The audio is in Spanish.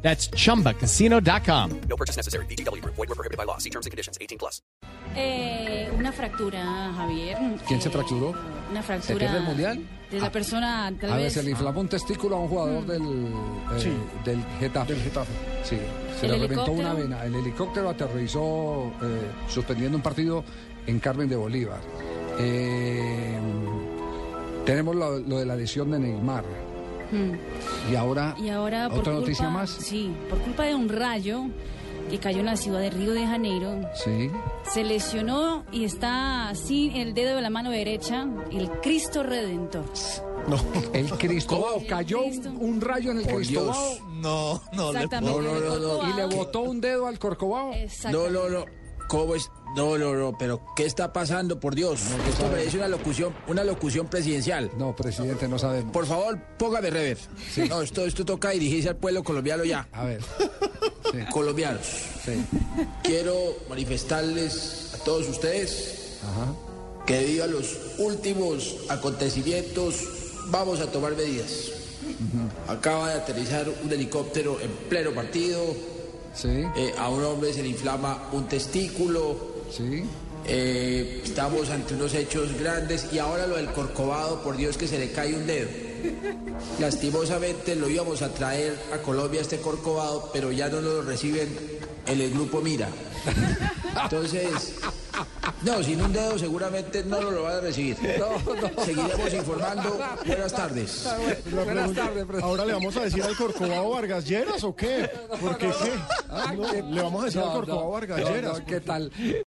That's chumbacasino.com. No purchase necessary. BGW. Void were prohibited by law. See terms and conditions. 18 plus. Eh, una fractura, Javier. ¿Quién se Eh, fracturó? Una fractura. pierde el Mundial? Ah, De la persona, tal A ver, vez. Mm. se le inflama un testículo a un jugador del, eh, del Getafe. del Getafe. Sí, se ¿El le reventó una helicóptero? vena. El helicóptero aterrizó eh, suspendiendo un partido en Carmen de Bolívar. Eh, tenemos lo, lo de la lesión de Neymar. Y ahora, Mm. Y ahora, por otra culpa, noticia más. Sí, por culpa de un rayo que cayó en la ciudad de Río de Janeiro, Sí. se lesionó y está sin el dedo de la mano derecha, el Cristo Redentor. El Cristóbal El cayó un- Cristo. un rayo en el Cristóbal No, no, le Exactamente. no, no, no, Ah, y le botó un dedo al Corcovado. No, no, no. ¿Cómo es? No, no, no. Pero ¿qué está pasando? Por Dios. Esto parece una locución, una locución presidencial. No, presidente, no sabemos. Por favor, póngame rever. No, esto, esto toca dirigirse al pueblo colombiano ya. A ver. Sí, Colombianos, sí. quiero manifestarles a todos ustedes Ajá. que debido a los últimos acontecimientos vamos a tomar medidas. Acaba de aterrizar un helicóptero en pleno partido. Sí, eh, a un hombre se le inflama un testículo. sí. Eh, estamos ante unos hechos grandes y ahora lo del Corcovado, por Dios que se le cae un dedo. Lastimosamente lo íbamos a traer a Colombia este Corcovado, pero ya no lo reciben en el grupo Mira. Entonces, no, sin un dedo seguramente no nos lo van a recibir. Seguiremos informando. Buenas tardes. Buenas tardes, presidente. Pues Ahora le vamos a decir al Corcovado Vargas Lleras o qué? Porque qué? No, le vamos a decir al No, Corcovado Ah, no, Vargas no, Lleras. no, ¿Qué tal?